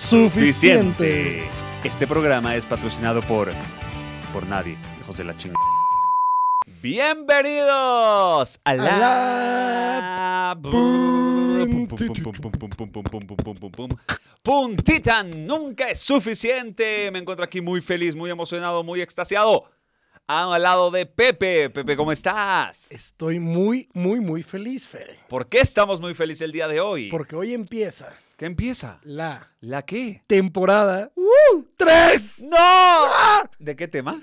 suficiente. Este programa es patrocinado por. por nadie, hijos de la chingada. Bienvenidos a la. Pum, pum, pum, pum, pum, pum, pum, pum, pum, pum, pum, pum. Puntita nunca es suficiente. Me encuentro aquí muy feliz, muy emocionado, muy extasiado. Al lado de Pepe. Pepe, ¿cómo estás? Estoy muy, muy, muy feliz, Fede. ¿Por qué estamos muy felices el día de hoy? Porque hoy empieza ¿Qué empieza? la ¿La qué? temporada 3 ¡No! ¿De qué tema?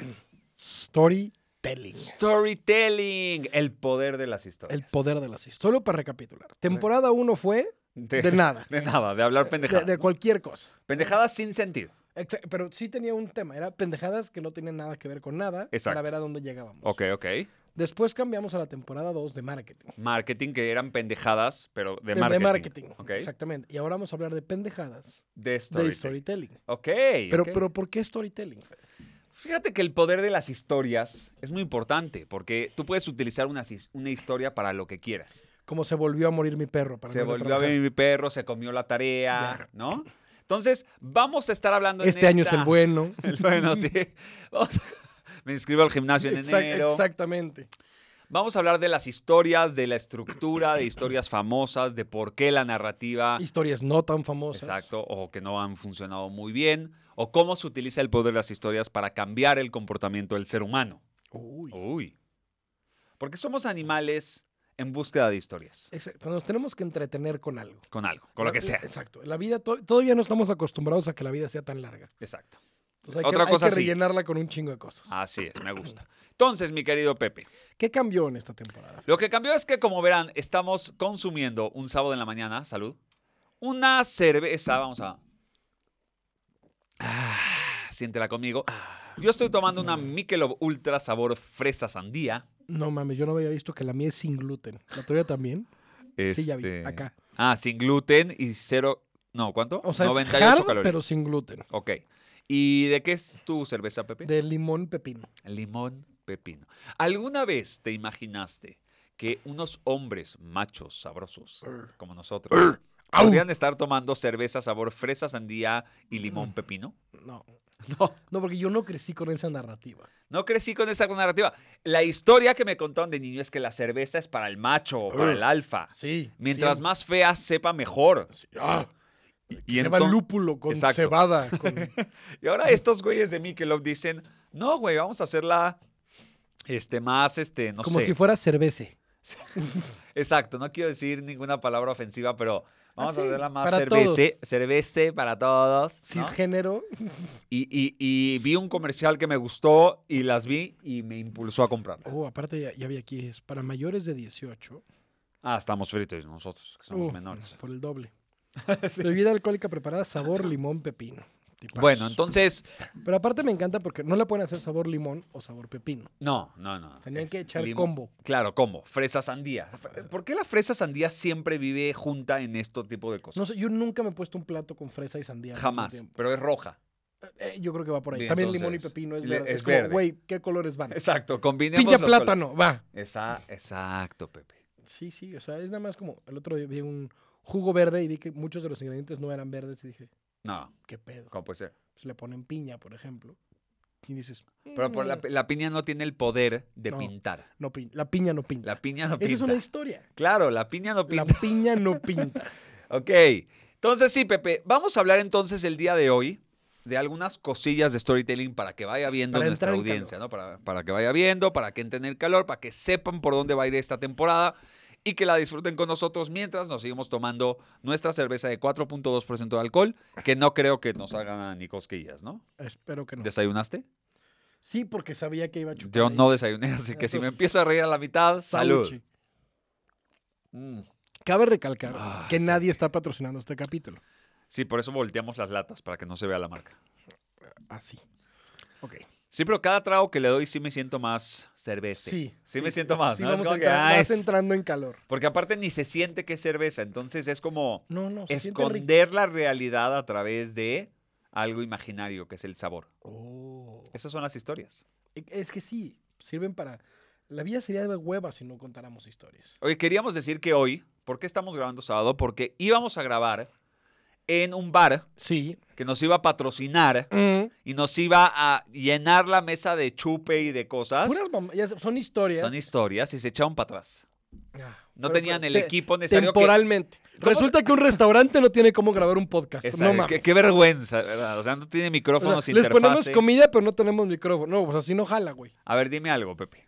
Storytelling. Storytelling, el poder de las historias. El poder de las historias. Solo para recapitular. Temporada 1 fue de nada. De nada, de hablar de, pendejadas. de cualquier cosa. Pendejadas sin sentido. Exa- Pero sí tenía un tema, era pendejadas que no tenían nada que ver con nada para Exacto. ver a dónde llegábamos. Ok, ok. Después cambiamos a la temporada 2 de marketing. Marketing, que eran pendejadas, pero de, De- marketing. De marketing. Ok. Exactamente. Y ahora vamos a hablar de pendejadas De storytelling. de storytelling. Ok. Pero, ok. pero ¿por qué storytelling? Fer? Fíjate que el poder de las historias es muy importante porque tú puedes utilizar una, his- una historia para lo que quieras. Como se volvió a morir mi perro. Para se no ir volvió a trabajar. ver mi perro, se comió la tarea, Ya. ¿no? Entonces, vamos a estar hablando en Este año es el esta- bueno. El bueno, sí. Vamos a- Me inscribo al gimnasio en Exact- enero. exactamente. Vamos a hablar de las historias, de la estructura, de historias famosas, de por qué la narrativa. Historias no tan famosas. Ah. Exacto, o que no han funcionado muy bien, o cómo se utiliza el poder de las historias para cambiar el comportamiento del ser humano. Uy. Uy. Porque somos animales en búsqueda de historias, Exacto. Nos tenemos que entretener con algo. con algo, con lo que sea. Exacto. La vida, to- todavía no estamos acostumbrados a que la vida sea tan larga. Exacto. Entonces hay Otra que, hay cosa que sí. Ah. rellenarla con un chingo de cosas. Así es, me gusta. Entonces, mi querido Pepe, ¿Qué cambió en esta temporada? Lo que cambió es que, como verán, estamos consumiendo un sábado en la mañana, salud, una cerveza, vamos a... Ah, siéntela conmigo. Yo estoy tomando una Michelob Ultra sabor fresa sandía. No mames, yo no había visto que la mía es sin gluten. ¿La tuya también? Sí, ya vi. Este, Acá. Ah, sin gluten y cero... No, ¿cuánto? O sea, 98 es hard, calorías. pero sin gluten. Ok. ¿Y de qué es tu cerveza, Pepe? De limón pepino. Limón pepino. ¿Alguna vez te imaginaste que unos hombres machos sabrosos como nosotros Au. podrían estar tomando cerveza sabor fresa, sandía y Mm. limón pepino? No. No, No, porque yo no crecí con esa narrativa. no crecí con esa narrativa. La historia que me contaron de niño es que la cerveza es para el macho, o para el alfa. Sí. ah. Mientras más fea sepa, mejor. y Y, se va enton- lúpulo con Exacto. cebada. con- y ahora estos güeyes de Michelob dicen, no, güey, vamos a hacerla este, más, este, no como sé. si fuera cerveza. Exacto, no quiero decir ninguna palabra ofensiva, pero vamos Ah, sí, a hacerla más para cervece, todos. cervece para todos. ¿no? Cisgénero. Y, y- y vi un comercial que me gustó y las vi y me impulsó a comprarla. Oh, aparte ya, ya vi aquí, es para mayores de 18. Ah, estamos fritos nosotros, que somos Uh, menores. Por el doble. Bebida alcohólica preparada, sabor limón pepino. Tipazo. Bueno, entonces, Pero aparte me encanta porque no la pueden hacer sabor limón o sabor pepino. no, no, no. Tenían es que echar lim- combo. Ah, Claro, combo, fresa sandía. ¿Por qué la fresa sandía siempre vive junta en este tipo de cosas? No sé, yo nunca me he puesto un plato con fresa y sandía. al mismo Jamás, tiempo. pero es roja. Eh, yo creo que va por ahí. Bien, También limón y entonces, pepino es le- verde. es Es, como, verde. güey, ¿qué colores van? Exacto, combinemos Pilla los colores. plátano, va. Esa- exacto, Pepe. Sí, sí, o sea, es nada más como el otro día vi un jugo verde y vi que muchos de los ingredientes no eran verdes y dije, No, qué pedo. ¿cómo puede ser? Pues le ponen piña, por ejemplo. Y dices, Pero por la, "Mm, la piña no tiene el poder de No. pintar. no pin- la piña no pinta. La piña no Esa pinta. es una historia. Claro, la piña no La pinta. piña no pinta. Ok. Entonces sí, Pepe, vamos a hablar entonces el día de hoy de algunas cosillas de storytelling para que vaya viendo Para nuestra entrar en audiencia, ¿no? Para, para que vaya viendo, para que entren el calor, para que sepan por dónde va a ir esta temporada y que la disfruten con nosotros mientras nos seguimos tomando nuestra cerveza de 4.2% de alcohol, que no creo que nos hagan ni cosquillas, ¿no? Espero que no. ¿Desayunaste? Sí, porque sabía que iba a chupar. Yo ahí. no desayuné, así que si me Entonces, empiezo a reír a la mitad, salud. Saluchi. Mm. Cabe recalcar Ah, que sí. Ah, nadie está patrocinando este capítulo. Sí, por eso volteamos las latas para que no se vea la marca. Ah, Así. Ok. Sí, pero cada trago que le doy sí me siento más cerveza. Sí. Este, Sí, me siento más, sí, ¿no? Es vamos como que, entra- ah, vas es- entrando en calor. Porque aparte ni se siente que es cerveza, entonces es como No, no, se siente rico. esconder la realidad a través de algo imaginario, que es el sabor. Oh. Esas son las historias. E- Es que sí, sirven para... La vida sería de hueva si no contáramos historias. Oye, queríamos decir que hoy, ¿por qué estamos grabando sábado? Porque íbamos a grabar en un bar Sí. que nos iba a patrocinar y nos iba a llenar la mesa de chupe y de cosas. Puras mam- ya sé, son historias. Son historias y se echaron para atrás. Ah, No pero- tenían el te- equipo necesario. que- Temporalmente. ¿Cómo? Resulta que un restaurante no tiene cómo grabar un podcast. Esa- no qué- mames. qué, vergüenza, ¿verdad? O sea, no tiene O sea, micrófonos, les interfaz. ponemos comida, pero no tenemos micrófono. No, pues así no jala, güey. A ver, dime algo, Pepe.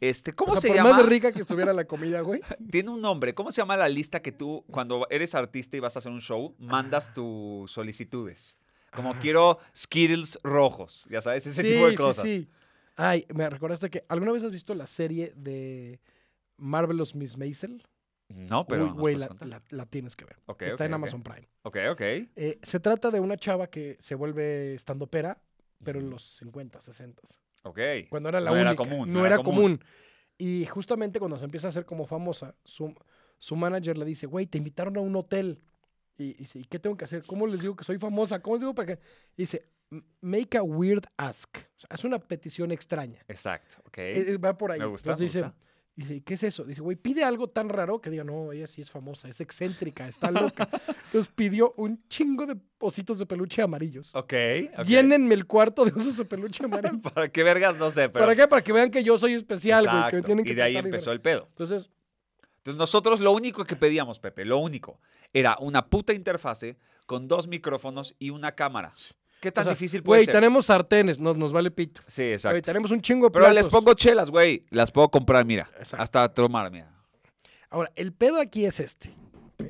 Este, ¿cómo O sea, se por llama? más de rica que estuviera la comida, güey. Tiene un nombre. ¿Cómo se llama la lista que tú, cuando eres artista y vas a hacer un show, mandas Ah. tus solicitudes? Como quiero Skittles rojos, ya sabes, ese tipo de cosas. Sí, sí. Ay, me recordaste que alguna vez has visto la serie de Marvelous Miss Maisel. No, Uy, pero. nos güey, puedes la, contar. la- la tienes que ver. Ok, Está ok, en ok. Amazon Prime. Ok, ok. Eh, se trata de una chava que se vuelve estando pera, pero en Ujú. los 50, 60. Mm, Ok. Cuando era la No única. era común, No, era común. Y justamente cuando se empieza a hacer como famosa, su, su manager le dice, güey, te invitaron a un hotel. Y, y dice, ¿y qué tengo que hacer? ¿Cómo les digo que soy famosa? ¿Cómo les digo para qué? Y dice, "M- make a weird ask. O sea, haz una petición extraña. Exacto, ok. Eh, eh, va por ahí. Me gusta. Entonces me dice, gusta. dice, "¿Y ¿qué es eso? Dice, güey, pide algo tan raro que diga, no, ella sí es famosa, es excéntrica, está loca. Entonces pidió un chingo de ositos de peluche amarillos. Ok, ok. Llénenme el cuarto de osos de peluche amarillos. ¿Para qué vergas? No sé, pero. ¿Para qué? Para que vean que yo soy especial, güey. Que me Exacto, tienen que y de ahí tratar empezó diferente. el pedo. Entonces, Entonces nosotros lo único que pedíamos, Pepe, lo único, era una puta interfase con dos micrófonos y una cámara. ¿Qué tan o sea, difícil puede güey, ser? tenemos sartenes, nos, nos vale pito. Sí, Güey, exacto. tenemos un chingo de Pero les platos. pongo chelas, güey. Las puedo comprar, mira. Exacto. Hasta tomar, mira. Ahora, el pedo aquí es este. ¿ok?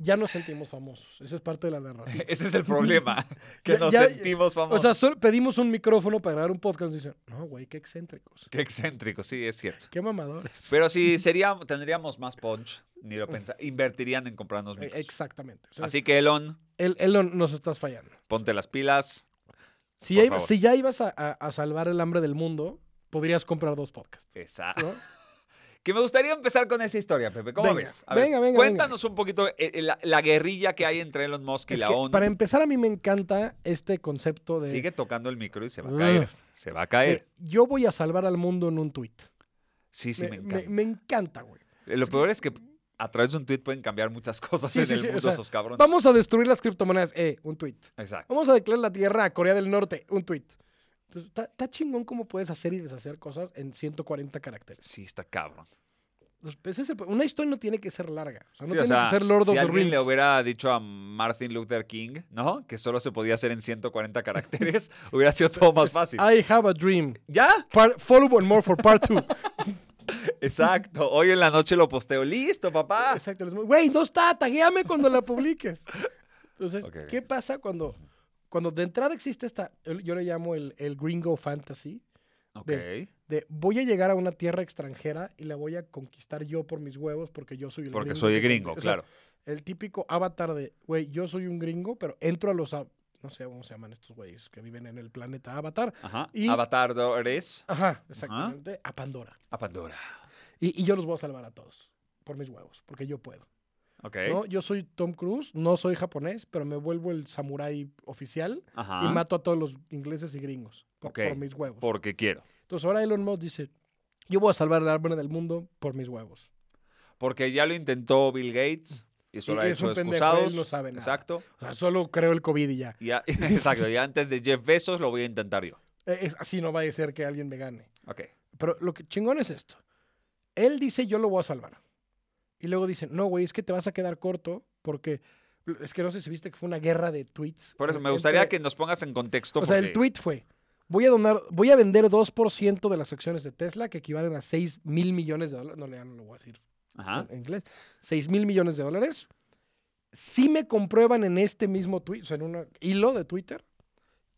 Ya nos sentimos famosos. Esa es parte de la narrativa. Ese es el problema. Que Ya- nos ya- sentimos o famosos. sea, solo pedimos un micrófono para grabar un podcast y dicen, no, güey, qué excéntricos. Qué excéntrico, sí, es cierto. Qué mamadores. Pero si sería, tendríamos más punch, ni lo pensa. Invertirían en comprarnos Eh, micros. Exactamente. O sea, Así que, Elon, el- Elon, nos estás fallando. ponte las pilas. Si Por ya, iba- favor. si ya ibas a, a- a salvar el hambre del mundo, podrías comprar dos podcasts. Exacto. ¿no? Que me gustaría empezar con esa historia, Pepe. ¿Cómo Venga, ves? A ver, venga, venga, Cuéntanos un poquito eh, eh, la, la guerrilla que hay entre Elon Musk y Es la que, ONU. para empezar, a mí me encanta este concepto de... Mm. Sigue tocando el micro y se va a Ugh. caer. Se va a de, caer. yo voy a salvar al mundo en un tuit. Sí, sí, me, encanta. encanta, güey. Lo peor es que a través de un tweet pueden cambiar muchas cosas Sí, en sí, el sí, o mundo sea, esos cabrones. Vamos a destruir las criptomonedas. Eh, un tuit. Exacto. Vamos a declarar la tierra a Corea del Norte. Un tuit. Entonces, está- está chingón cómo puedes hacer y deshacer cosas en 140 caracteres. Sí, está cabrón. Entonces, pues, ese es el pro- una historia no tiene que ser larga. O sea, Ah, no Sí, o tiene sea, que ser Lord si of the alguien Rings. le hubiera dicho a Martin Luther King, ¿no? Que solo se podía hacer en 140 caracteres, hubiera sido todo más Es, fácil. I have a dream. ¿Ya? Part- follow one more for part two. Exacto. Hoy en la noche lo posteo. Listo, papá. Exacto. les- Güey, no está, taguéame cuando la publiques. Entonces, Ok, ok. ¿qué pasa cuando, cuando de entrada existe esta, yo yo le llamo el, el gringo fantasy, Ok. Ve. de voy a llegar a una tierra extranjera y la voy a conquistar yo por mis huevos porque yo soy el Porque gringo soy que gringo, conquista". O sea, claro. el típico avatar de, güey, yo soy un gringo, pero entro a los, av- no sé cómo se llaman estos güeyes que viven en el planeta avatar. Ajá. y- Avatar eres Ajá, exactamente, a Pandora. a Pandora. Y, y yo los voy a salvar a todos por mis huevos, porque yo puedo. Ok. ¿no? Yo soy Tom Cruise, no soy japonés, pero me vuelvo el samurái oficial Ajá. y mato a todos los ingleses y gringos por, Ah. Ok. por mis huevos. Porque quiero. Entonces ahora Elon Musk dice, yo voy a salvar la árbol del mundo por mis huevos. Porque ya lo intentó Bill Gates y solo Y ha es hecho un pendejo, excusados. él no sabe nada. Exacto. O sea, solo creo el COVID y ya. Y a- exacto. Y antes de Jeff Bezos lo voy a intentar yo. Eh, es- así no va a ser que alguien me gane. Ok. Pero lo que chingón es esto. Él dice, yo lo voy a salvar. Y luego dice, no, güey, es que te vas a quedar corto porque... Es que no sé si viste que fue una guerra de tweets. Por eso me entre- gustaría que nos pongas en contexto. O sea, porque- el tweet fue, voy a donar, voy a vender 2% de las acciones de Tesla, que equivalen a 6 mil millones de dólares. No, ya no lo voy a decir Ajá. en inglés. 6 mil millones de dólares. Si me comprueban en este mismo tweet, o sea, en un hilo de Twitter,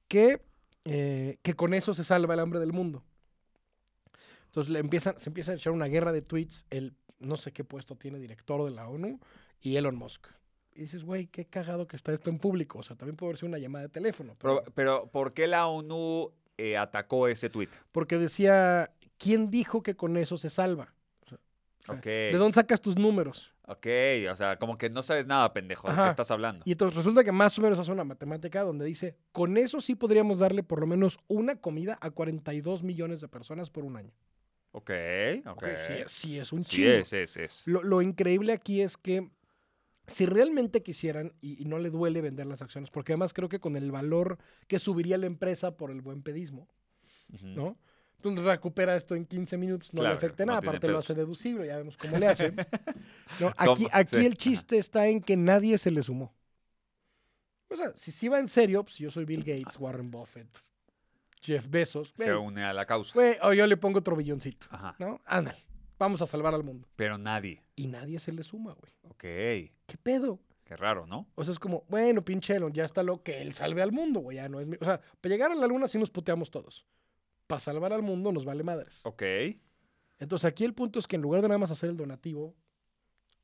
que, eh, que con eso se salva el hambre del mundo. Entonces le empiezan, se empieza a echar una guerra de tweets. El no sé qué puesto tiene director de la ONU y Elon Musk. y dices, güey, qué cagado que está esto en público. O sea, también puede haber sido una llamada de teléfono. Pero, pero, ¿por qué la ONU eh, atacó ese tuit? Porque decía, ¿quién dijo que con eso se salva? O sea, Ok. Ah, ¿De dónde sacas tus números? Ok, o sea, como que no sabes nada, pendejo, de Ajá. qué estás hablando. Y entonces resulta que más o menos hace una matemática donde dice, con eso sí podríamos darle por lo menos una comida a 42 millones de personas por un año. Ok, ok. Ok, Sí, es- sí es un Sí, chingo. es, es, es. Lo, lo increíble aquí es que si realmente quisieran, y, y no le duele vender las acciones, porque además creo que con el valor que subiría la empresa por el buen pedismo, Ujú. ¿no? Entonces recupera esto en 15 minutos, no Claro, le afecta no nada, tiene aparte lo pedos. hace deducible, ya vemos cómo le hace. ¿no? Aquí, Toma, aquí sí, el chiste está en que nadie se le sumó. O sea, si sí va en serio, pues yo soy Bill Gates, Warren Buffett, Jeff Bezos, Se une a la causa. güey, o yo le pongo otro billoncito, Ajá. ¿no? Ándale, vamos a salvar al mundo. Pero nadie. Y nadie se le suma, güey. Ok, qué ¿Qué pedo? raro, ¿no? O sea, es como, bueno, pinche Elon, ya está lo que él salve al mundo, güey, ya no es mi... O sea, para llegar a la luna sí nos puteamos todos. Para salvar al mundo nos vale madres. Ok. Entonces aquí el punto es que en lugar de nada más hacer el donativo,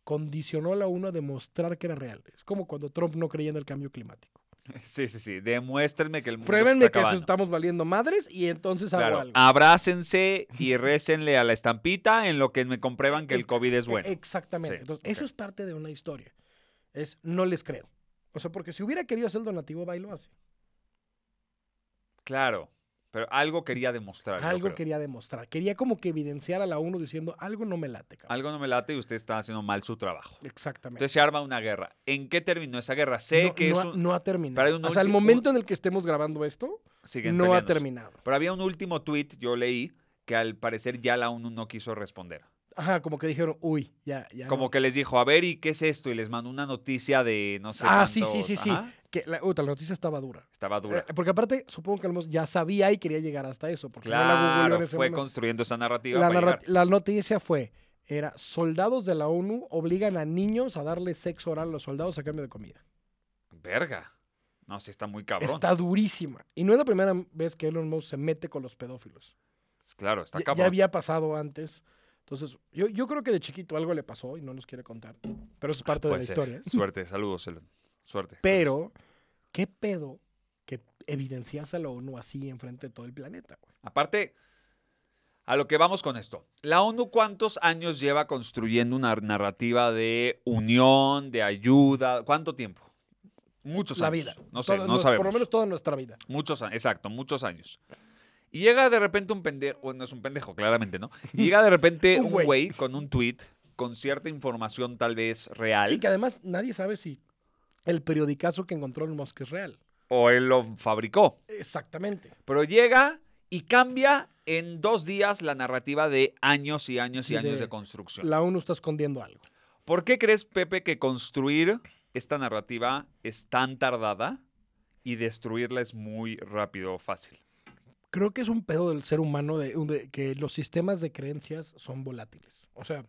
condicionó a la uno a demostrar que era real. Es como cuando Trump no creía en el cambio climático. Sí, sí, sí. Demuéstrenme que el mundo Pruébenme está que acabando. estamos valiendo madres y entonces hago Claro, ah, algo. abrácense y récenle a la estampita en lo que me comprueban que el Ex- COVID es bueno. E- Exactamente. Sí, Entonces, ok. eso es parte de una historia. Es no les creo. O sea, porque si hubiera querido hacer el donativo, va y lo hace. Claro, pero algo quería demostrar. yo algo creo. quería demostrar. Quería como que evidenciar a la uno diciendo algo no me late, cabrón. Algo no me late y usted está haciendo mal su trabajo. Exactamente. Entonces se arma una guerra. ¿En qué terminó esa guerra? Sé no, que no es ha, un... no ha pero hay terminado. un O sea, el ulti- momento en el que estemos grabando esto, siguen no ha peleándose. terminado. Pero había un último tweet, yo leí, que al parecer ya la ONU no quiso responder. Ajá, como que dijeron, uy, ya, ya. Como no". que les dijo, a ver, ¿y qué es esto? Y les mandó una noticia de no sé Ah, sí, sí, cuántos- sí, sí. Ajá. que la, puta, la noticia estaba dura. Estaba dura. Eh, porque aparte, supongo que Almos ya sabía y quería llegar hasta eso. Porque no eh, la googleó en Claro, ese fue momento. construyendo esa narrativa. la, para narra- llegar. la noticia fue, era soldados de la ONU obligan a niños a darle sexo oral a los soldados a cambio de comida. Verga. No, sí está muy cabrón. Está durísima. Y no es la primera vez que Elon Musk se mete con los pedófilos. Claro, está Ya- ya, cabrón. había pasado antes. Entonces, yo, yo creo que de chiquito algo le pasó y no nos quiere contar. Pero eso es parte de Puede la ser. historia. ¿eh? Suerte, saludos, Elon. Suerte. Pero, ¿qué pedo que evidencias a la ONU así enfrente de todo el planeta? güey? Aparte, a lo que vamos con esto. La ONU, ¿cuántos años lleva construyendo una narrativa de unión, de ayuda? ¿Cuánto tiempo? Muchos La años. vida. No sé, Toda- no nos- sabemos. Por lo menos toda nuestra vida. Muchos años, exacto, muchos años. Y llega de repente un pendejo, bueno, es un pendejo, claramente, ¿no? Y llega de repente Un un güey. güey con un tweet con cierta información tal vez real. Sí, que además nadie sabe si el periodicazo que encontró en Musk es real. o él lo fabricó. Exactamente. Pero llega y cambia en dos días la narrativa de años y años y Sí, de- años de construcción. La ONU está escondiendo algo. ¿Por qué crees, Pepe, que construir esta narrativa es tan tardada y destruirla es muy rápido o fácil? Creo que es un pedo del ser humano de, de- que los sistemas de creencias son volátiles. O sea,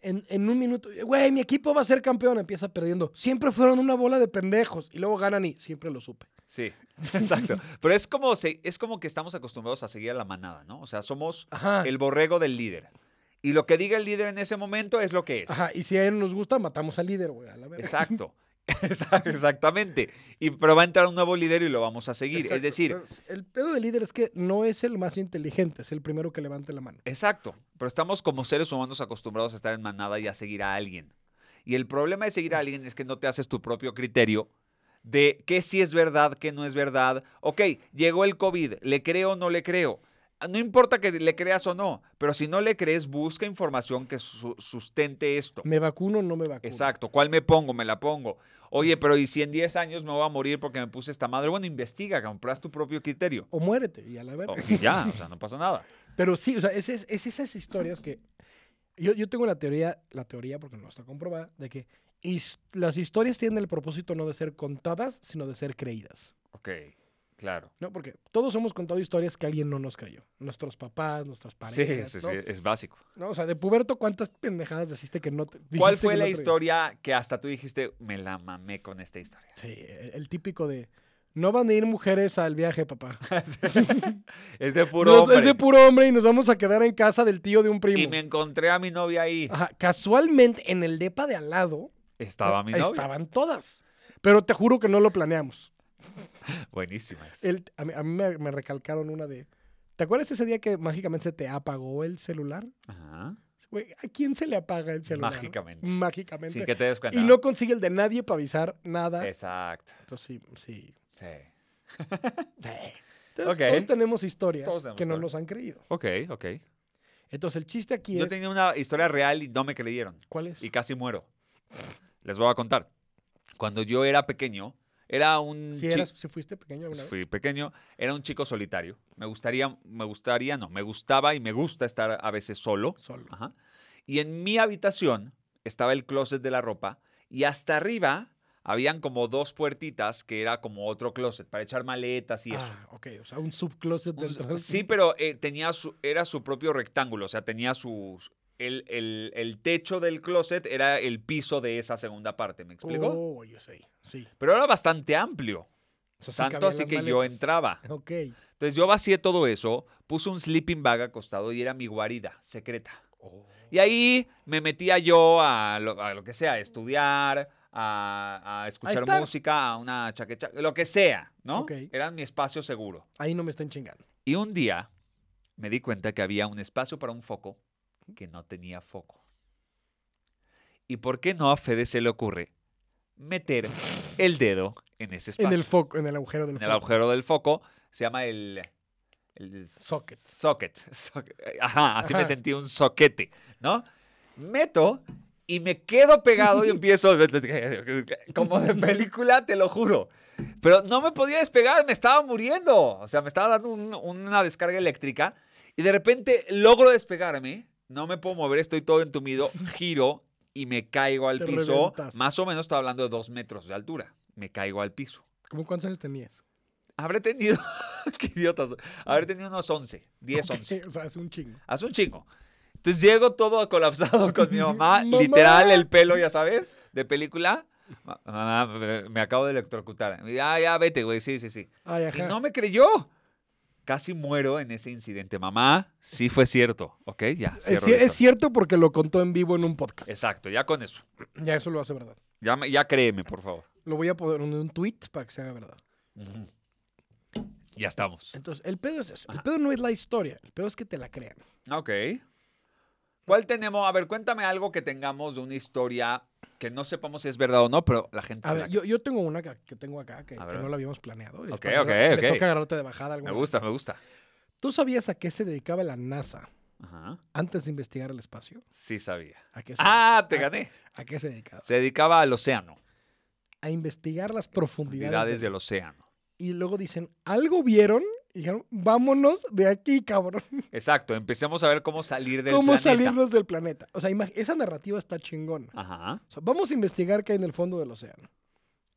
en, en un minuto, güey, mi equipo va a ser campeón, empieza perdiendo. Siempre fueron una bola de pendejos y luego ganan y siempre lo supe. Sí, exacto. Pero es como, se- es como que estamos acostumbrados a seguir a la manada, ¿no? O sea, somos Ajá. el borrego del líder. Y lo que diga el líder en ese momento es lo que es. Ajá, y si a él nos gusta, matamos al líder, güey, a la verga. Exacto. Exa- Exactamente. Y, pero va a entrar un nuevo líder y lo vamos a seguir. Es Exacto. decir, Pero el pedo del líder es que no es el más inteligente, es el primero que levante la mano. Exacto. Pero estamos como seres humanos acostumbrados a estar en manada y a seguir a alguien. Y el problema de seguir a alguien es que no te haces tu propio criterio de qué sí es verdad, qué no es verdad. Ok, llegó el COVID, ¿le creo o no le creo? Ah, No importa que le creas o no, pero si no le crees, busca información que su- sustente esto. ¿Me vacuno o no me vacuno? Exacto, ¿cuál me pongo? Me la pongo. Oye, pero ¿y si en 10 años me voy a morir porque me puse esta madre? Bueno, investiga, compras tu propio criterio. O muérete, y a la verga. Oh, y ya, o sea, no pasa nada. Pero sí, o sea, es, es- es esas historias que. Yo, yo tengo la teoría, la teoría, porque no está comprobada, de que his- las historias tienen el propósito no de ser contadas, sino de ser creídas. Ok, claro. ¿No? Porque todos hemos contado historias que alguien no nos creyó. Nuestros papás, nuestras parejas. sí, sí, ¿no? sí, es básico. ¿No? O sea, de puberto, ¿cuántas pendejadas deciste que no te. ¿Cuál dijiste fue que la no te- historia que hasta tú dijiste, me la mamé con esta historia? Sí, el, el típico de. No van a ir mujeres al viaje, papá. es de puro No, hombre. Es de puro hombre y nos vamos a quedar en casa del tío de un primo. y me encontré a mi novia ahí. Ajá, casualmente en el depa de al lado Estaba mi novia. Estaban todas. Pero te juro que no lo planeamos. Buenísimas. El- a mí, a mí me, me recalcaron una de. ¿Te acuerdas ese día que mágicamente se te apagó el celular? Ajá. Güey, ¿a quién se le apaga el celular? Mágicamente. Mágicamente. Sin que te des cuenta. y no consigue el de nadie para avisar nada. Exacto. Entonces, sí, sí. Sí. Eh. Entonces, Ok. Todos tenemos historias Todos tenemos que no historias. nos han creído. Ok, ok. Entonces, el chiste aquí Yo es. tenía una historia real y no me creyeron. ¿Cuál es? Y casi muero. Les voy a contar. Cuando yo era pequeño, era un Si, chi- eras, si fuiste pequeño alguna Pues, vez. Fui pequeño, era un chico solitario. Me gustaría, me gustaría, no, me gustaba y me gusta estar a veces solo. Solo. Ajá. Y en mi habitación estaba el closet de la ropa y hasta arriba habían como dos puertitas que era como otro closet para echar maletas y eso. Ah, ok. O sea, un subcloset Un- dentro del- Sí, pero eh, tenía su, era su propio rectángulo, o sea, tenía sus... El, el- el techo del closet era el piso de esa segunda parte, ¿me explicó? Oh, yo sé. Sí. Pero era bastante amplio, O sea, Pues sí tanto cabían así las que yo maletas. entraba. Ok. Entonces yo vacié todo eso, puse un sleeping bag acostado y era mi guarida secreta. Y ahí me metía yo a lo, a lo que sea, a estudiar, a, a escuchar estar. música, a una chaquecha, lo que sea, ¿no? Ok. Era mi espacio seguro. Ahí no me están chingando. Y un día me di cuenta que había un espacio para un foco que no tenía foco. ¿Y por qué no a Fede se le ocurre meter el dedo en ese espacio? En el foco, en el agujero del En foco. el agujero del foco. Se llama el- el Socket. socket. socket. eh, Ajá, así me Ajá. sentí un soquete, ¿no? Meto y me quedo pegado y empiezo como de película, te lo juro. Pero no me podía despegar, me estaba muriendo. O sea, me estaba dando un- una descarga eléctrica y de repente logro despegarme, no me puedo mover, estoy todo entumido, giro y me caigo al Te piso. reventas. Más o menos estoy hablando de dos metros de altura. Me caigo al piso. ¿Cómo cuántos años tenías? Habré tenido, qué idiotas, habré tenido unos 11, 10, Ok, 11. O sea, es un chingo. Hace un chingo. Entonces llego todo colapsado con mi mamá, Mamá. literal el pelo, ya sabes, de película. Ma- Mamá, me- me acabo de electrocutar. Y, Ah, ya vete, güey, sí, sí, sí. Ay, Y ajá. no me creyó. Casi muero en ese incidente. Mamá, sí fue cierto. Ok, ya. es, cierro ci- es esto. cierto porque lo contó en vivo en un podcast. Exacto, ya con eso. Ya eso lo hace verdad. Ya, me- ya créeme, por favor. Lo voy a poner en un tweet para que se haga verdad. Ujú. Ya estamos. Entonces, el pedo es eso. El pedo no es la historia. El pedo es que te la crean. Ok. ¿Cuál tenemos? A ver, cuéntame algo que tengamos de una historia que no sepamos si es verdad o no, pero la gente A se ver, la- yo, yo tengo una que, que tengo acá que, A que ver. no la habíamos planeado. y es Ok, para ok, agarrar- ok. Le toca agarrarte de bajada alguna Me vez. gusta, me gusta. ¿Tú sabías a qué se dedicaba la NASA Ajá. antes de investigar el espacio? Sí sabía. ¿A qué se, Ah, te Ah, gané. a qué se dedicaba? Se dedicaba al océano, A investigar las profundidades. profundidades del- del océano. Y luego dicen, algo vieron y dijeron, vámonos de aquí, cabrón. Exacto, empecemos a ver cómo salir del ¿Cómo planeta. salirnos del planeta? O sea, imag- esa narrativa está chingona. Ajá. O sea, vamos a investigar qué hay en el fondo del océano.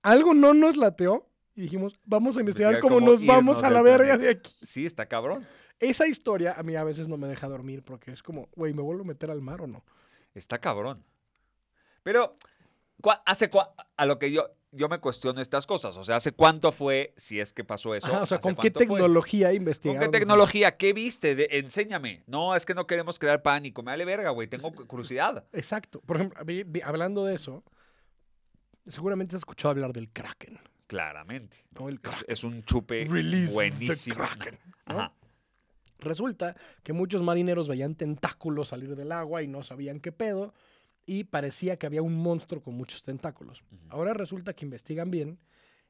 Algo no nos lateó y dijimos, vamos a investigar, Investigar cómo, cómo nos vamos irnos a la del verga planeta. de aquí. Sí, está cabrón. Esa historia a mí a veces no me deja dormir porque es como, güey, ¿me vuelvo a meter al mar o no? Está cabrón. Pero ¿cuá- hace cua- a lo que yo yo me cuestiono estas cosas, o sea, ¿hace cuánto fue si es que pasó eso? Ajá, o sea, ¿Hace ¿con qué cuánto fue? tecnología ¿Con investigaron? qué tecnología? ¿Qué viste? De- enséñame. No, es que no queremos crear pánico. Me vale verga, güey. Tengo cu- curiosidad. Exacto. Por ejemplo, vi- vi- hablando de eso, seguramente has escuchado hablar del Kraken, Claramente. ¿no? El Kraken. Es un chupe Release the buenísimo. Kraken, ¿no? Ajá. Resulta que muchos marineros veían tentáculos salir del agua y no sabían qué pedo y parecía que había un monstruo con muchos tentáculos. Ujú. Ahora resulta que investigan bien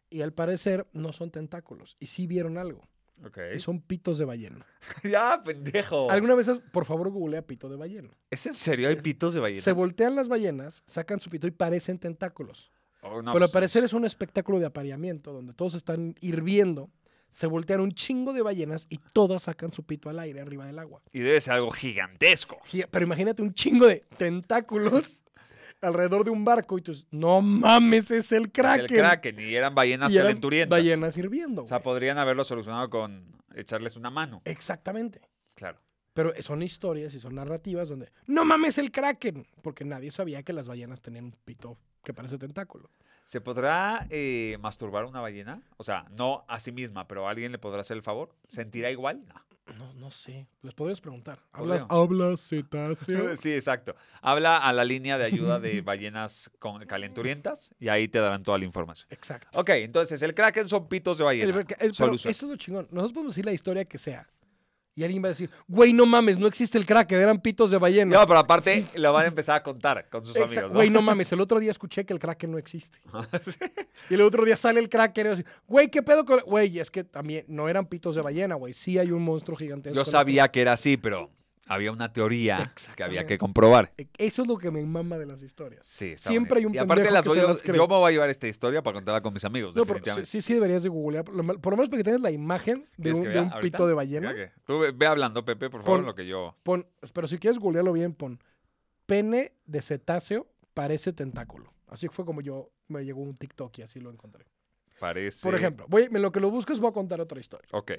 y al parecer no son tentáculos y sí vieron algo. Ok. Y son pitos de ballena. ya, pendejo. Alguna vez, has- por favor, googlea pito de ballena. ¿Es en serio? ¿Hay pitos de ballena? Se voltean las ballenas, sacan su pito y parecen tentáculos. Oh, no, Pero al pues, parecer es un espectáculo de apareamiento donde todos están hirviendo. Se voltean un chingo de ballenas y todas sacan su pito al aire arriba del agua. Y debe ser algo gigantesco. Gi- Pero imagínate un chingo de tentáculos alrededor de un barco y tú dices, no mames, es el Kraken. El kraken. Y eran ballenas Y eran calenturientas. ballenas hirviendo. O sea, güey. podrían haberlo solucionado con echarles una mano. Exactamente. Claro. Pero eh, son historias y son narrativas donde, no mames, el Kraken. Porque nadie sabía que las ballenas tenían un pito que parece tentáculo. ¿Se podrá eh, masturbar una ballena? O sea, no a sí misma, pero ¿alguien le podrá hacer el favor? ¿Sentirá igual? No. No, no sé. Les podrías preguntar. Podría. ¿Hablas, hablas cetáceo? Sí, exacto. Habla a la línea de ayuda de ballenas con- calenturientas y ahí te darán toda la información. Exacto. Ok, entonces el Kraken son pitos de El- ballena. el- pero Oh, Solución. eso es lo chingón. Nosotros podemos decir la historia que sea. Y alguien va a decir, güey, no mames, no existe el crack, eran pitos de ballena. No, pero aparte lo van a empezar a contar con sus Exacto. pues, amigos. ¿no? Güey, no mames, el otro día escuché que el Kraken no existe. Y el otro día sale el Kraken y yo así, güey, ¿qué pedo con...? Güey, es que también no eran pitos de ballena, güey. Sí hay un monstruo gigantesco. Yo sabía que era así, pero había una teoría que había que Exactamente. comprobar. e, Eso es lo que me mama de las historias. Sí, está Siempre bonito. hay un y aparte pendejo las que voy se a- las cree. Yo me voy a llevar esta historia para contarla con mis amigos, No, pero sí, Pues definitivamente. sí, sí deberías de googlear. Por lo mal- por lo menos para que tengas la imagen de ¿Quieres un, que de vea un ahorita? pito de ballena. Ok, Tú ve, ve hablando, Pepe, por favor, Pon- lo que yo... Pon, pero si quieres googlearlo bien, pon pene de cetáceo parece tentáculo. Así fue como yo me llegó un TikTok y así lo encontré. Parece... Por ejemplo, voy, en lo que lo buscas voy a contar otra historia. Ok.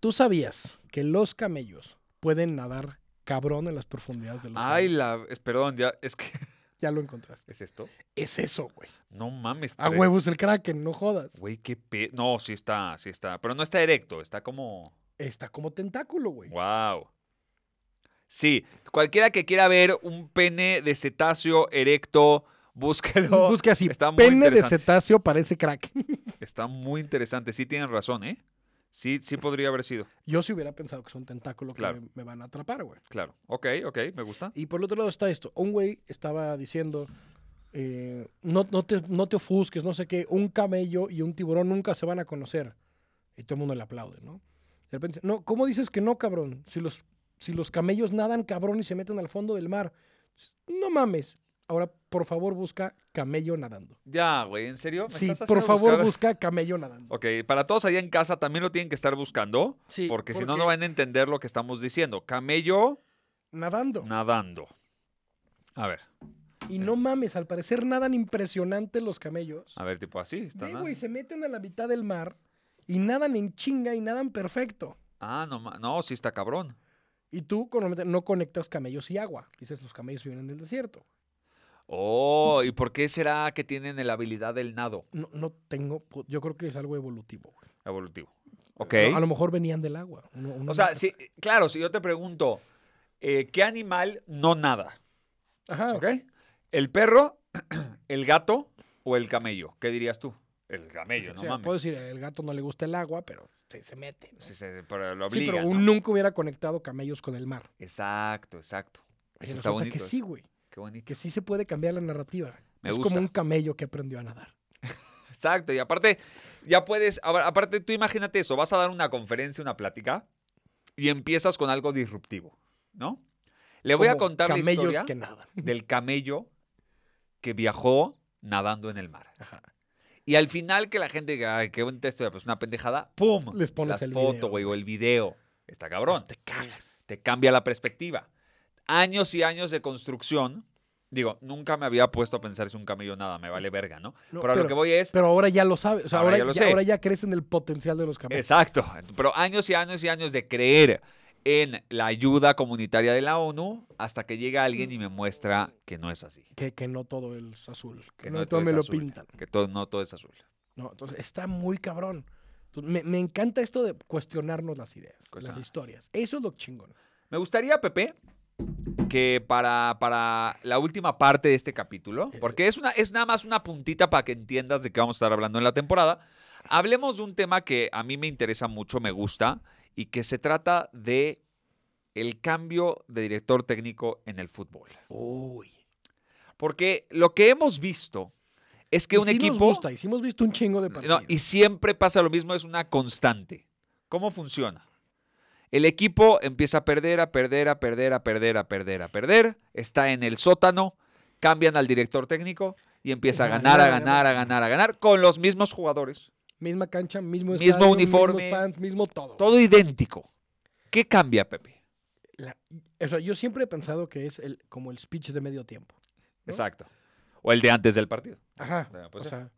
¿Tú sabías que los camellos pueden nadar cabrón en las profundidades del océano? Ay, la... es- Perdón, ya... Es que... Ya lo encontraste. ¿Es esto? Es eso, güey. No mames. A tre- huevos el kraken, no jodas. Güey, qué pe... No, sí está, sí está. Pero no está erecto, está como... Está como tentáculo, güey. Wow. Sí, cualquiera que quiera ver un pene de cetáceo erecto, búsquelo. Busque así. está muy Pene de interesante. cetáceo parece kraken. Está muy interesante. Sí tienen razón, ¿eh? Sí, sí podría haber sido. Yo sí hubiera pensado que es un tentáculo que Claro. me- me van a atrapar, güey. Claro. Ok, ok, me gusta. Y por el otro lado está esto. Un güey estaba diciendo, eh, no, no, te, no te ofusques, no sé qué, un camello y un tiburón nunca se van a conocer. Y todo el mundo le aplaude, ¿no? De repente, dice, no, ¿cómo dices que no, cabrón? Si los, si los camellos nadan, cabrón, y se meten al fondo del mar. No mames. Ahora, por favor, busca camello nadando. Ya, güey, ¿en serio? ¿Me Sí, estás por haciendo favor, buscar? busca camello nadando. Ok, para todos allá en casa también lo tienen que estar buscando. Sí, porque si no, no van a entender lo que estamos diciendo. Camello Nadando. nadando. A ver, Y no mames, al parecer nadan impresionante los camellos. a ver, tipo así. Ah, Está Ve, nada. güey, se meten a la mitad del mar y nadan en chinga y nadan perfecto. Ah, no, ma- no, sí está cabrón. Y tú con- no conectas camellos y agua. Dices, los camellos viven en el desierto. Oh, ¿y por qué será que tienen la habilidad del nado No, no tengo, pu- yo creo que es algo evolutivo. güey. evolutivo? Ok. A lo mejor venían del agua. Uno- uno O sea, no- si, claro, si yo te pregunto, eh, ¿qué animal no nada? Ajá. ¿Ok? ¿El perro, el gato o el camello? ¿Qué dirías tú? El camello, O no sea, mames. puedo decir, el gato no le gusta el agua, pero se, se mete. ¿no? Sí, sí, sí, pero lo Sí, obliga. pero ¿no? un nunca hubiera conectado camellos con el mar. Exacto, exacto. Y Eso está resulta bonito. que sí, güey. Qué bonito. Que sí se puede cambiar la narrativa. Me es gusta. como un camello que aprendió a nadar. Exacto. Y aparte, ya puedes. a ver, Aparte, tú imagínate eso. Vas a dar una conferencia, una plática, y empiezas con algo disruptivo, ¿no? Le voy a Como contar la camellos historia que nadan. del camello que viajó nadando en el mar. Ajá. Y al final que la gente diga, ay, qué buen texto, pues una pendejada, ¡pum! Les pones la el foto, video, Este. güey, o el video. Está cabrón. Te cagas. Te cambia la perspectiva. Años y años de construcción. Digo, nunca me había puesto a pensar si un camello nada, me vale verga, ¿no? No, pero, a lo pero- que voy es... Pero ahora ya lo sabes. O sea, Ahora ahora, ya lo ya sé. ahora ya crees en el potencial de los camellos. Exacto. Pero años y años y años de creer en la ayuda comunitaria de la ONU hasta que llega alguien y me muestra que no es así. Que, que no todo es azul. Que, Que no, no todo es me lo azul. pintan. Que todo, no todo es azul. No, entonces está muy cabrón. Entonces, me, me encanta esto de cuestionarnos las ideas, Cuestionar. las historias. Eso es lo chingón. Me gustaría, Pepe, que para, para la última parte de este capítulo, porque es, una, es nada más una puntita para que entiendas de qué vamos a estar hablando en la temporada, hablemos de un tema que a mí me interesa mucho, me gusta, y que se trata de el cambio de director técnico en el fútbol. Uy. Porque lo que hemos visto es que un equipo... Nos gusta, y sí hemos visto un chingo de No, partidos. y siempre pasa lo mismo, es una constante. ¿Cómo funciona? El equipo empieza a perder, a perder, a perder, a perder, a perder, a perder. Está en el sótano, cambian al director técnico y empieza a ganar, a ganar, a ganar, a ganar con los mismos jugadores. Misma cancha, mismo Mismo estadio, uniforme. mismos fans, mismo todo. Todo idéntico. ¿Qué cambia, Pepe? La- o sea, yo siempre he pensado que es el, como el speech de medio tiempo. ¿No? Exacto. O el de antes del partido. Ajá. Ah, pues o sí. sea,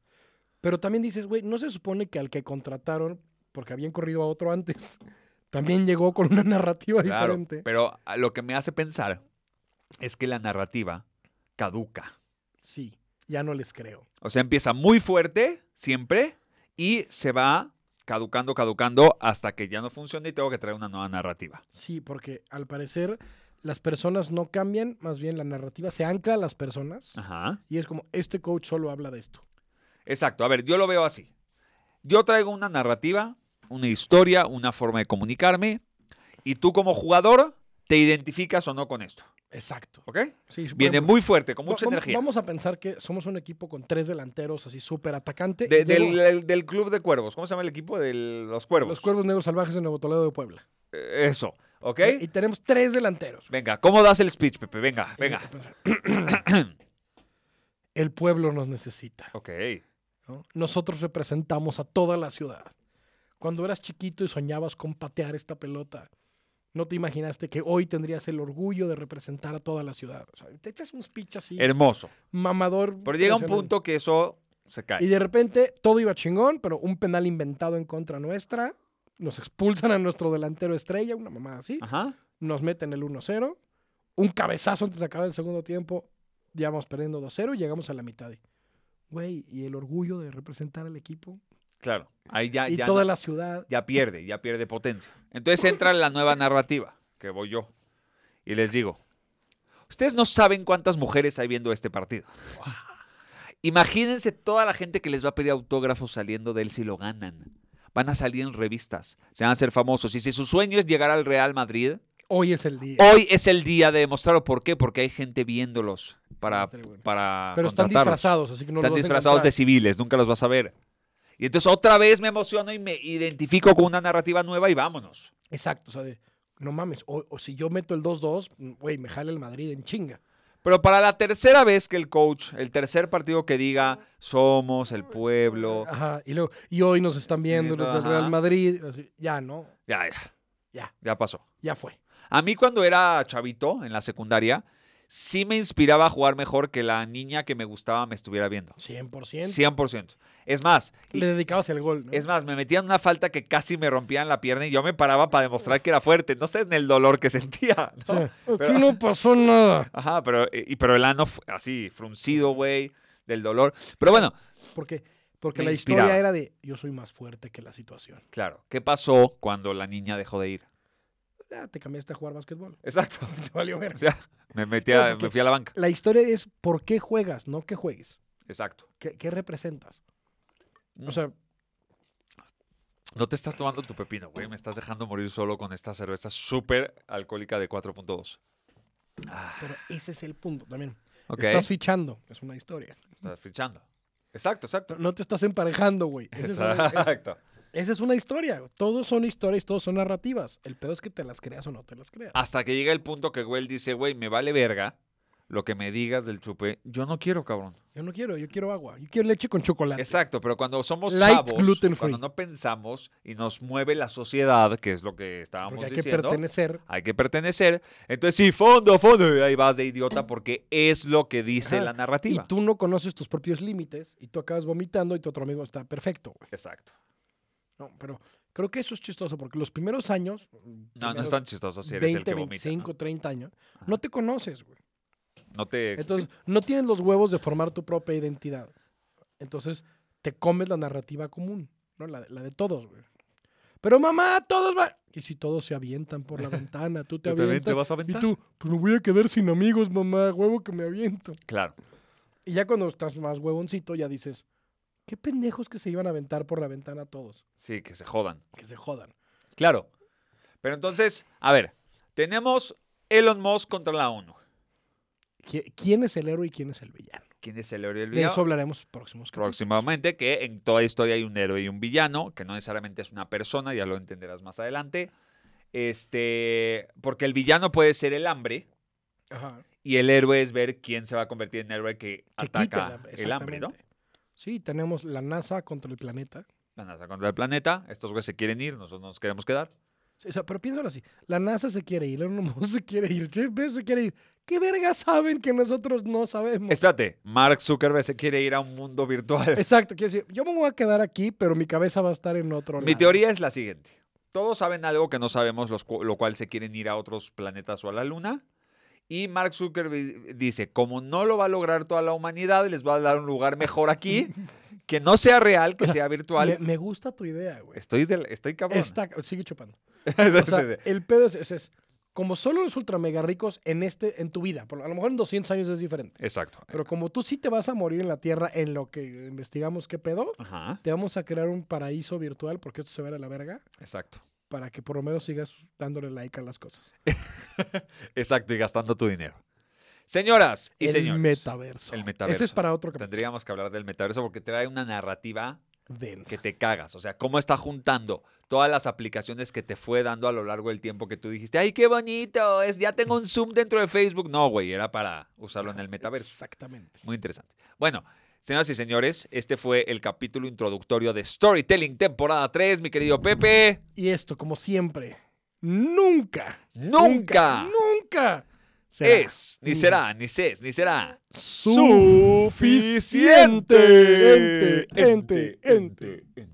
pero también dices, güey, ¿no se supone que al que contrataron, porque habían corrido a otro antes, también llegó con una narrativa Claro, diferente? pero a lo que me hace pensar es que la narrativa caduca. Sí, ya no les creo. O sea, empieza muy fuerte siempre y se va caducando, caducando, hasta que ya no funcione y tengo que traer una nueva narrativa. Sí, porque al parecer las personas no cambian, más bien la narrativa se ancla a las personas Ajá. y es como, este coach solo habla de esto. Exacto. A ver, yo lo veo así. Yo traigo una narrativa, una historia, una forma de comunicarme, y tú como jugador te identificas o no con esto. Exacto. ¿Ok? Sí, por Viene ejemplo, muy fuerte, con va- mucha vamos- energía. Vamos a pensar que somos un equipo con tres delanteros así súper atacante. De- y luego del, del- del club de cuervos. ¿Cómo se llama el equipo? De los cuervos. Los cuervos negros salvajes en Nuevo Toledo de Puebla. Eh, Eso. ¿Ok? Y Eh, tenemos tres delanteros. Venga, ¿cómo das el speech, Pepe? Venga, venga. eh, El pueblo nos necesita. Ok. ¿no? Nosotros representamos a toda la ciudad. Cuando eras chiquito y soñabas con patear esta pelota, no te imaginaste que hoy tendrías el orgullo de representar a toda la ciudad. O sea, te echas un speech así, Hermoso. mamador. Pero llega un impresionante. punto que eso se Y cae. de repente todo iba chingón, pero un penal inventado en contra nuestra. Nos expulsan a nuestro delantero estrella, una mamada así. Ajá. Nos meten el 1-0. Un cabezazo antes de acabar el segundo tiempo. Ya vamos perdiendo 2-0 y llegamos a la mitad. Y, Güey, y el orgullo de representar al equipo Claro. Ahí ya, y Ah, ya, toda no- la ciudad. ya pierde, ya pierde potencia. Entonces entra la nueva narrativa, que voy yo. Y les digo, ustedes no saben cuántas mujeres hay viendo este partido. Imagínense toda la gente que les va a pedir autógrafos saliendo de él si lo ganan. Van a salir en revistas, se van a hacer famosos. Y si su sueño es llegar al Real Madrid, Hoy es el día. Hoy es el día de demostrarlo. ¿Por qué? Porque hay gente viéndolos para, Madre, güey. para Ah, pero están contratarlos. disfrazados, así que no Ah, Están los vas a disfrazados de encontrar. civiles, nunca los vas a ver. Y entonces otra vez me emociono y me identifico con una narrativa nueva y vámonos. Exacto, o sea, de, no mames, o, o si yo meto el 2-2, mm, güey, me jala el Madrid en chinga. Pero para la tercera vez que el coach, el tercer partido que diga, somos el pueblo, Ajá, y luego, y hoy nos están viendo Viendo, los del ajá. Real Madrid, así, ya no, ya, ya, ya, ya pasó. ya fue. A mí cuando era chavito en la secundaria, sí me inspiraba a jugar mejor que la niña que me gustaba me estuviera viendo. 100%. 100%. Es más, Le dedicabas el gol, ¿no? Es más, me metían una falta que casi me rompían la pierna y yo me paraba para demostrar que era fuerte. No sé en el dolor que sentía. O ¿no? sea, pero- aquí no pasó nada. Ajá, pero, y, pero el ano fu- así, fruncido, güey, del dolor. Pero bueno, Porque, porque Me la inspiraba. historia era de yo soy más fuerte que la situación. claro, ¿qué pasó cuando la niña dejó de ir? Ya te cambiaste a jugar básquetbol. Exacto. Te valió ver. O sea, me, metí a- No, porque- me fui a la banca. La historia es por qué juegas, no qué juegues. Exacto. ¿Qué, qué representas? Mm. O sea, No te estás tomando tu pepino, güey. Me estás dejando morir solo con esta cerveza súper alcohólica de 4.2. Ah, pero ese es el punto también. ok. Estás fichando, es una historia. Estás fichando. Exacto, exacto. No, no te estás emparejando, güey. Esa es una- es- Exacto. esa es una historia. Todos son historias, todos son narrativas. El pedo es que te las creas o no te las creas. Hasta que llega el punto que Güell dice, güey, me vale verga lo que me digas del chupe. Yo no quiero, cabrón. Yo no quiero, yo quiero agua. Yo quiero leche con chocolate. Exacto, pero cuando somos Light chavos, gluten cuando free. no pensamos y nos mueve la sociedad, que es lo que estábamos Porque hay que diciendo, pertenecer. hay que pertenecer. Entonces sí, fondo, fondo, y ahí vas de idiota porque es lo que dice Ajá. la Y narrativa. tú no conoces tus propios límites y tú acabas vomitando y tu otro amigo está perfecto, güey. Exacto. No, pero creo que eso es chistoso porque los primeros años. No, no primeros es tan chistoso si eres 20, el que vomita. 25, 30 años, no te conoces, güey. ¿no? No te... Entonces, no tienes los huevos de formar tu propia identidad. Entonces, te comes la narrativa común, ¿no? La, de- la de todos, güey. Pero mamá, todos van. Y si todos se avientan por la ventana, tú te Tú también avientas. te vas a y aventar. tú, pues me voy a quedar sin amigos, mamá, huevo que me aviento. Claro. Y ya cuando estás más huevoncito, ya dices, qué pendejos que se iban a aventar por la ventana todos. Sí, que se jodan. Que se jodan. Claro. Pero entonces, a ver, tenemos Elon Musk contra la ONU. ¿Qui- ¿Quién es el héroe y quién es el villano? ¿Quién es el héroe y el De villano? eso hablaremos próximos capítulos. próximamente, que en toda historia hay un héroe y un villano, que no necesariamente es una persona, ya lo entenderás más adelante. Este, porque el villano puede ser el hambre Ajá. y el héroe es ver quién se va a convertir en héroe que, Que quita ataca hambre, el hambre, ¿no? exactamente. Sí, tenemos la NASA contra el planeta. La NASA contra el planeta, estos güeyes se quieren ir, nosotros nos queremos quedar. Sí, o sea, pero piénsalo así. La NASA se quiere ir, Elon Musk se quiere ir, Jeff Bezos se quiere ir. ¿Qué verga saben que nosotros no sabemos? Espérate, Mark Zuckerberg se quiere ir a un mundo virtual. Exacto, quiero decir, yo me voy a quedar aquí, pero mi cabeza va a estar en otro lado. Mi teoría es la siguiente. Todos saben algo que no sabemos, los cu- lo cual se quieren ir a otros planetas o a la Luna. Y Mark Zuckerberg dice, como no lo va a lograr toda la humanidad, les va a dar un lugar mejor aquí, que no sea real, que sea Me, virtual. me gusta tu idea, güey. Estoy, del- estoy cabrón. Está, sigue chupando. Sí, O sea, sí, sí. el pedo es, es- es como solo los ultra mega ricos en este, en tu vida, por- a lo mejor en 200 años es diferente. Exacto. Pero como tú sí te vas a morir en la tierra en lo que investigamos qué pedo, Ajá, te vamos a crear un paraíso virtual porque esto se va a ir a la verga exacto. para que por lo menos sigas dándole like a las cosas. Exacto, y gastando tu dinero. Señoras y el señores, metaverso. el metaverso. Ese es para otro capítulo. tendríamos que hablar del metaverso porque trae una narrativa que Densa. te cagas. O sea, cómo está juntando todas las aplicaciones que te fue dando a lo largo del tiempo que tú dijiste, ¡ay, qué bonito! Es, ya tengo un Zoom dentro de Facebook. No, güey, era para usarlo en el metaverso. Exactamente. Muy interesante. Bueno, señoras y señores, este fue el capítulo introductorio de Storytelling temporada 3, mi querido Pepe. Y esto, como siempre, nunca, Nunca. nunca será Es, ni será, ni es, ni será. suficiente. Ente, ente, ente. ente.